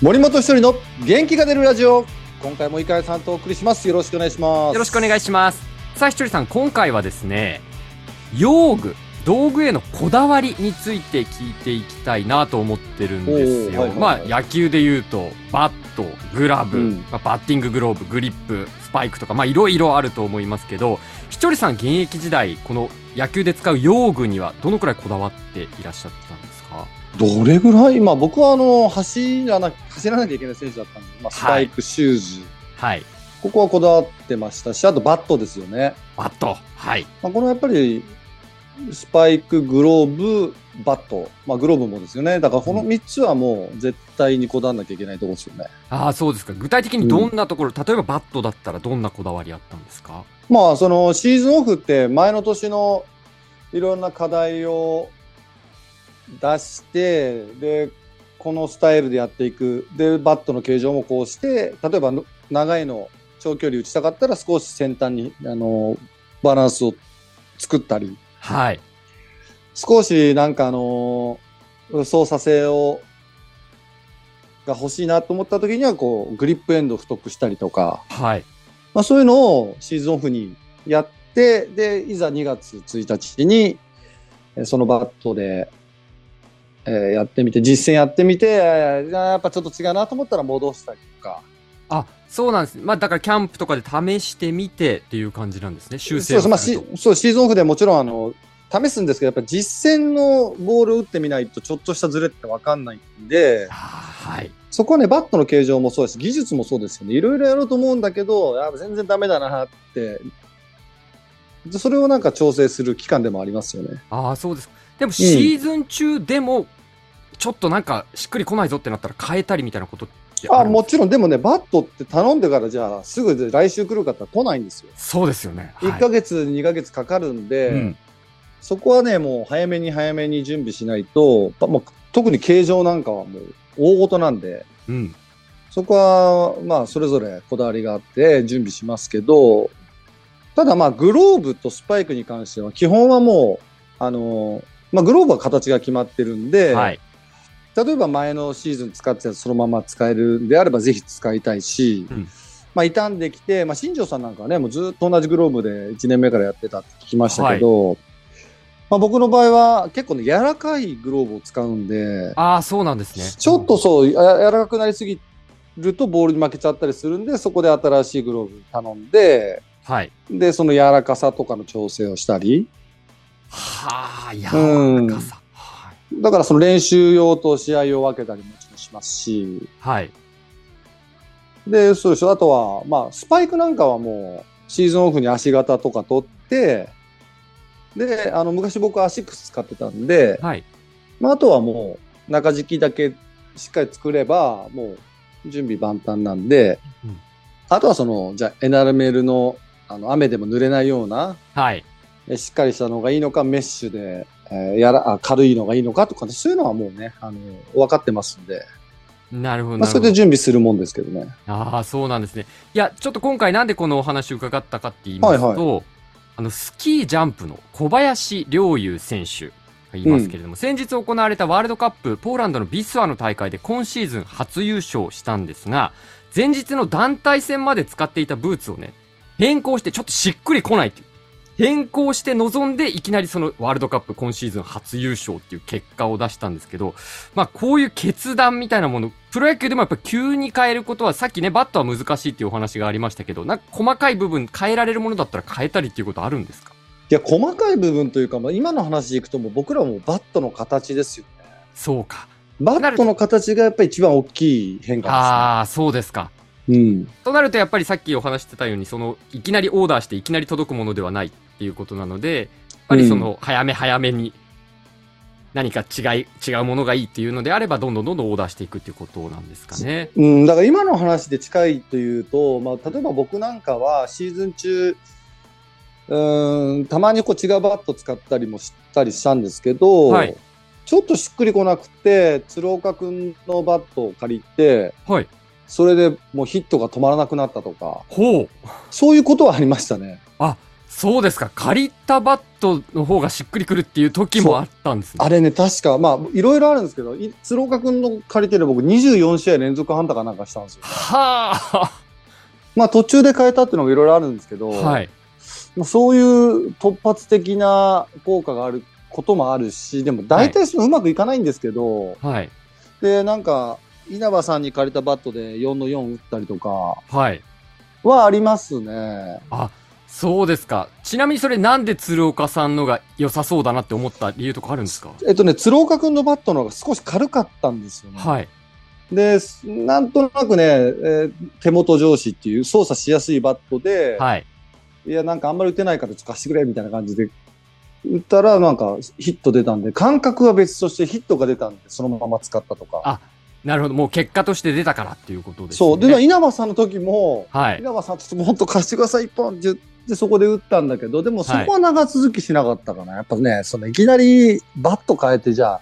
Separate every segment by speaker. Speaker 1: 森本一人の元気が出るラジオ今回も井上さんとお送りしますよろしくお願いします
Speaker 2: よろしくお願いします。さあ、ひとりさん、今回はですね、用具、道具へのこだわりについて聞いていきたいなと思ってるんですよ。
Speaker 1: おーはいはいはい
Speaker 2: まあ、野球で言うと、バット、グラブ、
Speaker 1: うん
Speaker 2: まあバッティンググローブ、グリップ、スパイクとか、まあ、いろいろあると思いますけど、ひとりさん、現役時代、この野球で使う用具には、どのくらいこだわっていらっしゃったんですか
Speaker 1: どれぐらいまあ僕はあの走らな走らなきゃいけない選手だったんで、まあ、スパイク、シューズ
Speaker 2: はい。
Speaker 1: ここはこだわってましたしあとバットですよね、
Speaker 2: バット。はい。
Speaker 1: まあ、このやっぱりスパイクグローブバット、まあ、グローブもですよねだからこの3つはもう絶対にこだわんなきゃいけないところですよね
Speaker 2: ああ、そうですか。具体的にどんなところ、例えばバットだったらどんなこだわりあったんですか
Speaker 1: まあそのシーズンオフって前の年のいろんな課題を出してでこのスタイルでやっていくでバットの形状もこうして例えばの長いの長距離打ちたかったら少し先端にあのバランスを作ったり
Speaker 2: はい。
Speaker 1: 少しなんかあの操作性をが欲しいなと思った時にはこうグリップエンドを太くしたりとか
Speaker 2: はい。
Speaker 1: まあ、そういうのをシーズンオフにやって、で、いざ2月1日に、えーそのバットで、えーやってみて、実践やってみて、えーやっぱちょっと違うなと思ったら戻したりとか。
Speaker 2: あ、そうなんです。まあ、だからキャンプとかで試してみてっていう感じなんですね。修
Speaker 1: そ
Speaker 2: 正
Speaker 1: う
Speaker 2: を
Speaker 1: そうまあ
Speaker 2: する
Speaker 1: しそう、シーズンオフでもちろん、あの、試すんですけど、やっぱ実践のボールを打ってみないと、ちょっとしたズレってわかんないんで、
Speaker 2: あーはい。
Speaker 1: そこはね、バットの形状もそうです。技術もそうですよね。いろいろやろうと思うんだけど、あ全然ダメだなって。でそれをなんか調整する期間でもありますよね。
Speaker 2: ああ、そうです。でも、シーズン中でも、ちょっとなんか、しっくりこないぞってなったら変えたりみたいなことって
Speaker 1: あ
Speaker 2: るん
Speaker 1: も
Speaker 2: です
Speaker 1: ちろん、でもね、バットって頼んでからじゃあ、すぐで来週来る方来ないんですよ。
Speaker 2: そうですよね。
Speaker 1: 1ヶ月、2ヶ月かかるんで、
Speaker 2: はいうん
Speaker 1: そこはね、もう早めに早めに準備しないと、まもう特に形状なんかはもう大ごとなんで、
Speaker 2: うん。
Speaker 1: そこはまあ、それぞれこだわりがあって、準備しますけど、ただまあ、グローブとスパイクに関しては、基本はもう、あのまあ、グローブは形が決まってるんで、
Speaker 2: はい。
Speaker 1: 例えば前のシーズン使ってたやつそのまま使えるんであればぜひ使いたいし、
Speaker 2: うん
Speaker 1: まあ、傷んできて、まあ、新庄さんなんかはねもうずっと同じグローブで1年目からやってたって聞きましたけど、まあ、僕の場合は結構ね柔らかいグローブを使うんで
Speaker 2: ああ、そうなんですね。
Speaker 1: ちょっとそうや柔らかくなりすぎるとボールに負けちゃったりするんでそこで新しいグローブ頼んで
Speaker 2: はい。
Speaker 1: でその柔らかさとかの調整をしたり
Speaker 2: はあ、柔
Speaker 1: うん
Speaker 2: らかさ。はい
Speaker 1: だからその練習用と試合用を分けたりもちろんしますし。
Speaker 2: はい。
Speaker 1: で、そうでしょ。あとは、まあ、スパイクなんかはもう、シーズンオフに足型とか取って、で、あの、昔僕アシックス使ってたんで、
Speaker 2: はい。
Speaker 1: まあ、あとはもう、中敷きだけしっかり作れば、もう、準備万端なんで、
Speaker 2: うん
Speaker 1: あとはその、じゃあエナメルの、あの、雨でも濡れないような、
Speaker 2: はい。
Speaker 1: えしっかりしたのがいいのか、メッシュで、えーやらあ軽いのがいいのかとか、そういうのはもうね、あの、分かってますんで、
Speaker 2: なるほど。
Speaker 1: まあ、
Speaker 2: なる
Speaker 1: そ
Speaker 2: ほ
Speaker 1: れ
Speaker 2: ど
Speaker 1: で準備するもんですけどね。
Speaker 2: ああ、そうなんですね。いや、ちょっと今回なんでこのお話を伺ったかって言いますと、
Speaker 1: はい
Speaker 2: あの、スキージャンプの小林陵侑選手がいますけれども、先日行われたワールドカップポーランドのビスワの大会で今シーズン初優勝したんですが、前日の団体戦まで使っていたブーツをね、変更して、ちょっとしっくりこないっていう。変更して臨んで、いきなりそのワールドカップ今シーズン初優勝っていう結果を出したんですけど、まあこういう決断みたいなもの、プロ野球でもやっぱ急に変えることは、さっきね、バットは難しいっていうお話がありましたけど、なんか細かい部分変えられるものだったら変えたりっていうことあるんですか
Speaker 1: いや細かい部分というか、まあ、今の話でいくともう僕らもバットの形ですよね
Speaker 2: そうか。
Speaker 1: バットの形がやっぱり一番大きい変化
Speaker 2: ああ、そうですか。
Speaker 1: です、ねうん、
Speaker 2: となるとやっぱりさっきお話してたように、その、いきなりオーダーしていきなり届くものではないっていうことなので、やっぱりその、早め早めに、何か違い、違うものがいいっていうのであれば、どんどんどんどんオーダーしていくっていうことなんですかね。
Speaker 1: うん、だから今の話で近いというと、まあ、例えば僕なんかはシーズン中うーんたまにこう違うバット使ったりもしたりしたんですけど、
Speaker 2: はい
Speaker 1: ちょっとしっくりこなくて鶴岡君のバットを借りて
Speaker 2: はい。
Speaker 1: それでもうヒットが止まらなくなったとか
Speaker 2: ほう。
Speaker 1: そういうことはありましたね。
Speaker 2: そうですか。借りたバットの方がしっくりくるっていう時もあったんですね。
Speaker 1: あれね、確か、まあ、いろいろあるんですけど、い鶴岡君の借りてる僕、24試合連続安打かなんかしたんですよ。
Speaker 2: はあ。
Speaker 1: まあ、途中で変えたっていうのもいろいろあるんですけど、
Speaker 2: はい。
Speaker 1: まあそういう突発的な効果があることもあるし、でも大体そのうまくいかないんですけど、
Speaker 2: はい。
Speaker 1: で、なんか、稲葉さんに借りたバットで4の4打ったりとか
Speaker 2: はい。
Speaker 1: はありますね。
Speaker 2: そうですか。ちなみにそれなんで鶴岡さんのが良さそうだなって思った理由とかあるんですか
Speaker 1: えっとね、鶴岡君のバットの方が少し軽かったんですよね。
Speaker 2: はい。
Speaker 1: で、なんとなくね、えー手元上司っていう操作しやすいバットで、
Speaker 2: はい。
Speaker 1: い、や、なんかあんまり打てないからちょっと貸してくれみたいな感じで、打ったらなんかヒット出たんで、感覚は別としてヒットが出たんで、そのまま使ったとか。
Speaker 2: あなるほど。もう結果として出たからっていうことですね。
Speaker 1: そう。で、稲葉さんの時も、
Speaker 2: はい。
Speaker 1: 稲葉さんちょっともっと貸してください、一本って言ってそこで打ったんだけど、でもそこは長続きしなかったかな。やっぱね、そのいきなりバット変えて、じゃあ、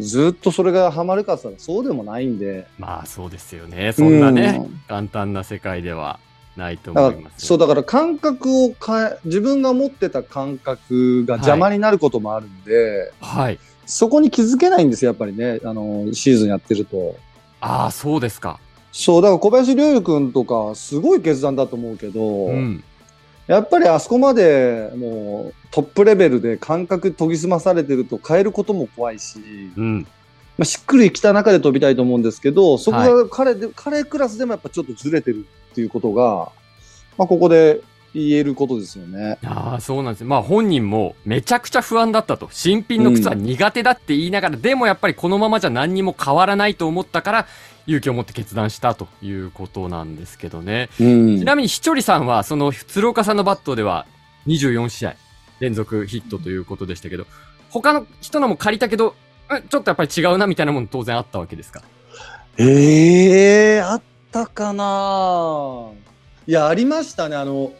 Speaker 1: ずっとそれがハマるかって言ったらそうでもないんで。
Speaker 2: まあそうですよね。そんなね、
Speaker 1: う
Speaker 2: 簡単な世界ではないと
Speaker 1: だ
Speaker 2: 思
Speaker 1: か
Speaker 2: い
Speaker 1: ら
Speaker 2: ま、す
Speaker 1: そう、だ
Speaker 2: よ。
Speaker 1: から感覚を変え、自分が持ってた感覚が邪魔になることもあるんで、
Speaker 2: はい。
Speaker 1: そこに気づけないんですよ、やっぱりね、あの、シーズンやってると。
Speaker 2: ああ、そうですか。
Speaker 1: そう、だから小林陵侑君とか、すごい決断だと思うけど、
Speaker 2: うん。
Speaker 1: やっぱりあそこまでもうトップレベルで感覚研ぎ澄まされてると変えることも怖いし、
Speaker 2: うん。
Speaker 1: まあ、しっくりきた中で飛びたいと思うんですけど、そこが彼で、彼クラスでもやっぱちょっとずれてるっていうことが、まあ、ここで言えることですよね。
Speaker 2: ああ、そうなんです。まあ本人もめちゃくちゃ不安だったと。新品の靴は苦手だって言いながら、でもやっぱりこのままじゃ何にも変わらないと思ったから、勇気を持って決断したということなんですけどね。
Speaker 1: うん
Speaker 2: ちなみにひちょりさんは、その鶴岡さんのバットでは24試合連続ヒットということでしたけど、他の人のも借りたけど、うんちょっとやっぱり違うなみたいなもの当然あったわけですか。
Speaker 1: ええあったかないや、ありましたね。あの、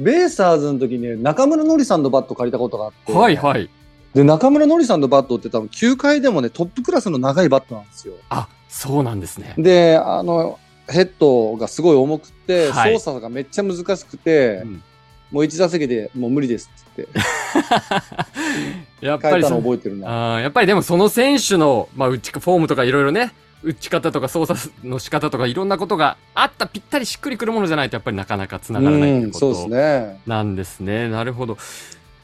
Speaker 1: ベイサーズの時に中村のりさんのバット借りたことがあって、
Speaker 2: はいはい。
Speaker 1: で、中村のりさんのバットって多分球界でもね、トップクラスの長いバットなんですよ。
Speaker 2: あ、そうなんですね。
Speaker 1: であのヘッドがすごい重くて、
Speaker 2: はい
Speaker 1: 操作がめっちゃ難しくて、
Speaker 2: うん
Speaker 1: もう1打席でもう無理ですって言って
Speaker 2: やっぱ
Speaker 1: 変え
Speaker 2: り
Speaker 1: た
Speaker 2: そ
Speaker 1: の
Speaker 2: の
Speaker 1: 覚えてるな。
Speaker 2: あーやっぱりでもその選手の、まあ、打ちか、フォームとかいろいろね、打ち方とか操作の仕方とかいろんなことがあったぴったりしっくりくるものじゃないとやっぱりなかなか繋がらないって
Speaker 1: うん
Speaker 2: こ
Speaker 1: そう
Speaker 2: と
Speaker 1: ですね。
Speaker 2: なんですね。なるほど。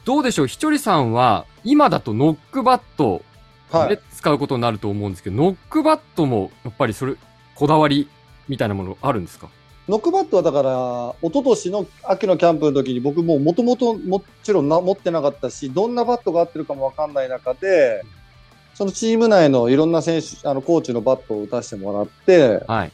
Speaker 2: どうでしょうひとりさんは、今だとノックバット
Speaker 1: は
Speaker 2: で
Speaker 1: い。
Speaker 2: 使うことになると思うんですけど、ノックバットもやっぱりそれ、こだわりみたいなものあるんですか
Speaker 1: ノックバットはだから、一昨年の秋のキャンプの時に僕ももともともちろんな持ってなかったし、どんなバットが合ってるかもわかんない中で、そのチーム内のいろんな選手、あのコーチのバットを打たせてもらって、
Speaker 2: はい。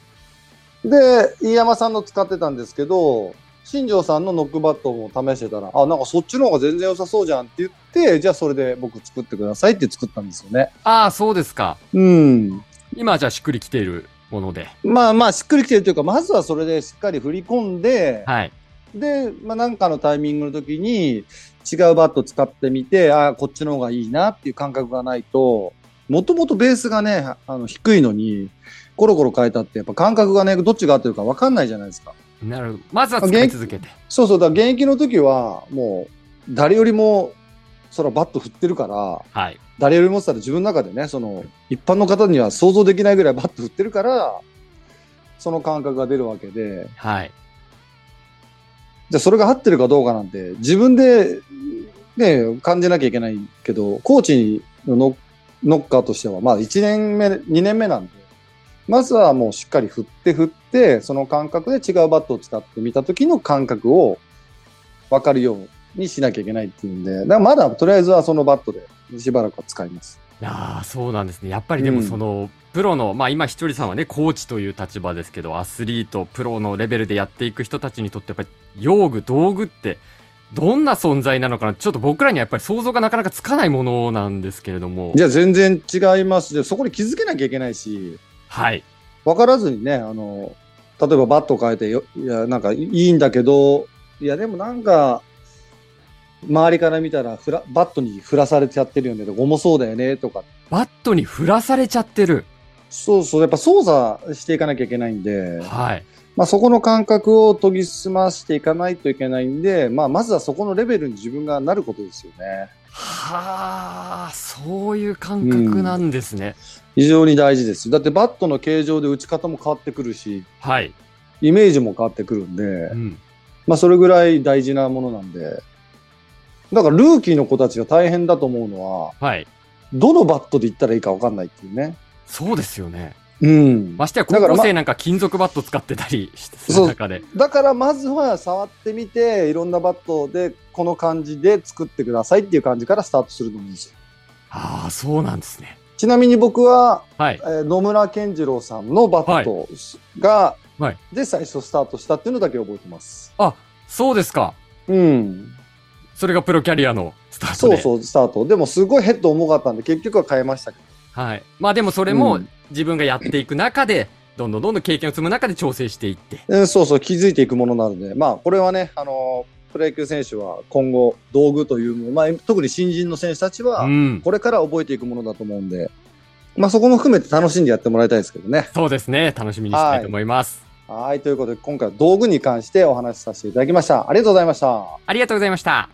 Speaker 1: で、飯山さんの使ってたんですけど、新庄さんのノックバットも試してたら、あ、なんかそっちの方が全然良さそうじゃんって言って、じゃあそれで僕作ってくださいって作ったんですよね。
Speaker 2: ああ、そうですか。
Speaker 1: うん。
Speaker 2: 今はじゃあしっくりきているもので。
Speaker 1: まあまあ、しっくりきてるというか、まずはそれでしっかり振り込んで、
Speaker 2: はい。
Speaker 1: で、まあなんかのタイミングの時に違うバット使ってみて、あ、こっちの方がいいなっていう感覚がないと、もともとベースがね、あの低いのに、コロコロ変えたってやっぱ感覚がね、どっちが合ってるか分かんないじゃないですか。
Speaker 2: なるほど。まずは使い続けて。
Speaker 1: そうそう、だから現役の時は、もう、誰よりも、そらバット振ってるから、
Speaker 2: はい。
Speaker 1: 誰よりもって言ったら自分の中でね、その、一般の方には想像できないぐらいバット振ってるから、その感覚が出るわけで、
Speaker 2: はい。
Speaker 1: じゃあそれが合ってるかどうかなんて、自分で、ね、感じなきゃいけないけど、コーチのノノッカーとしては、まあ1年目、2年目なんで、まずはもうしっかり振って振って、その感覚で違うバットを使ってみた時の感覚を分かるようにしなきゃいけないっていうんで、だからまだとりあえずはそのバットでしばらくは使います。
Speaker 2: ああ、そうなんですね。やっぱりで
Speaker 1: う
Speaker 2: も
Speaker 1: ん
Speaker 2: その、プロの、まあ今ひとりさんはね、コーチという立場ですけど、アスリート、プロのレベルでやっていく人たちにとって、やっぱり用具、道具って、どんな存在なのかな、ちょっと僕らにはやっぱり想像がなかなかつかないものなんですけれども。
Speaker 1: じゃあ全然違いますで、そこに気づけなきゃいけないし、
Speaker 2: はい。
Speaker 1: 分からずにね、あの、例えばバットを変えてよ、いや、なんかいいんだけど、いや、でもなんか、周りから見たらフラ、バットに振らされちゃってるよね、重そうだよね、とか。
Speaker 2: バットに振らされちゃってる。
Speaker 1: そうそう、やっぱ操作していかなきゃいけないんで、
Speaker 2: はい。
Speaker 1: まあ、そこの感覚を研ぎ澄ましていかないといけないんで、まあ、まずはそこのレベルに自分がなることですよね。
Speaker 2: はあ、そういう感覚なんですね。
Speaker 1: 非常に大事です。だってバットの形状で打ち方も変わってくるし、
Speaker 2: はい。
Speaker 1: イメージも変わってくるんで
Speaker 2: う、ん。
Speaker 1: まあ、それぐらい大事なものなんで。だからルーキーの子たちが大変だと思うのは、
Speaker 2: はい。
Speaker 1: どのバットで行ったらいいか分かんないっていうね。
Speaker 2: そうですよね。
Speaker 1: うん。
Speaker 2: ましてや高
Speaker 1: だからま
Speaker 2: 校生なんか金属バット使ってたりしてす
Speaker 1: そ
Speaker 2: る
Speaker 1: う
Speaker 2: 中で。
Speaker 1: だからまずは触ってみて、いろんなバットでこの感じで作ってくださいっていう感じからスタートするのもいいですよ。
Speaker 2: ああ、そうなんですね。
Speaker 1: ちなみに僕は、
Speaker 2: はい
Speaker 1: え。ー野村健次郎さんのバットが、
Speaker 2: はい
Speaker 1: で最初スタートしたっていうのだけ覚えてます。
Speaker 2: あ、そうですか。
Speaker 1: うん。
Speaker 2: それがプロキャリアのスタート
Speaker 1: そう
Speaker 2: で。う
Speaker 1: そう、スタート。でもすごいヘッド重かったんで、結局は変えましたけど。
Speaker 2: そう。はい。まあでもそれ
Speaker 1: う
Speaker 2: も
Speaker 1: ん
Speaker 2: 自分がやっていく中で、どんどんどんどん経験を積む中で調整していって。
Speaker 1: えーそうそう、気づいていくものなので、まあ、これはね、あのープロ野球選手は今後、道具というもの、まあ、特に新人の選手たち
Speaker 2: う
Speaker 1: は、
Speaker 2: ん。
Speaker 1: これから覚えていくものだと思うんで、まあ、そこも含めて楽しんでやってもらいたいですけどね。
Speaker 2: そうですね。楽しみにしたいと思います。
Speaker 1: はい、ということで、今回は道具に関してお話しさせていただきました。ありがとうございました。
Speaker 2: ありがとうございました。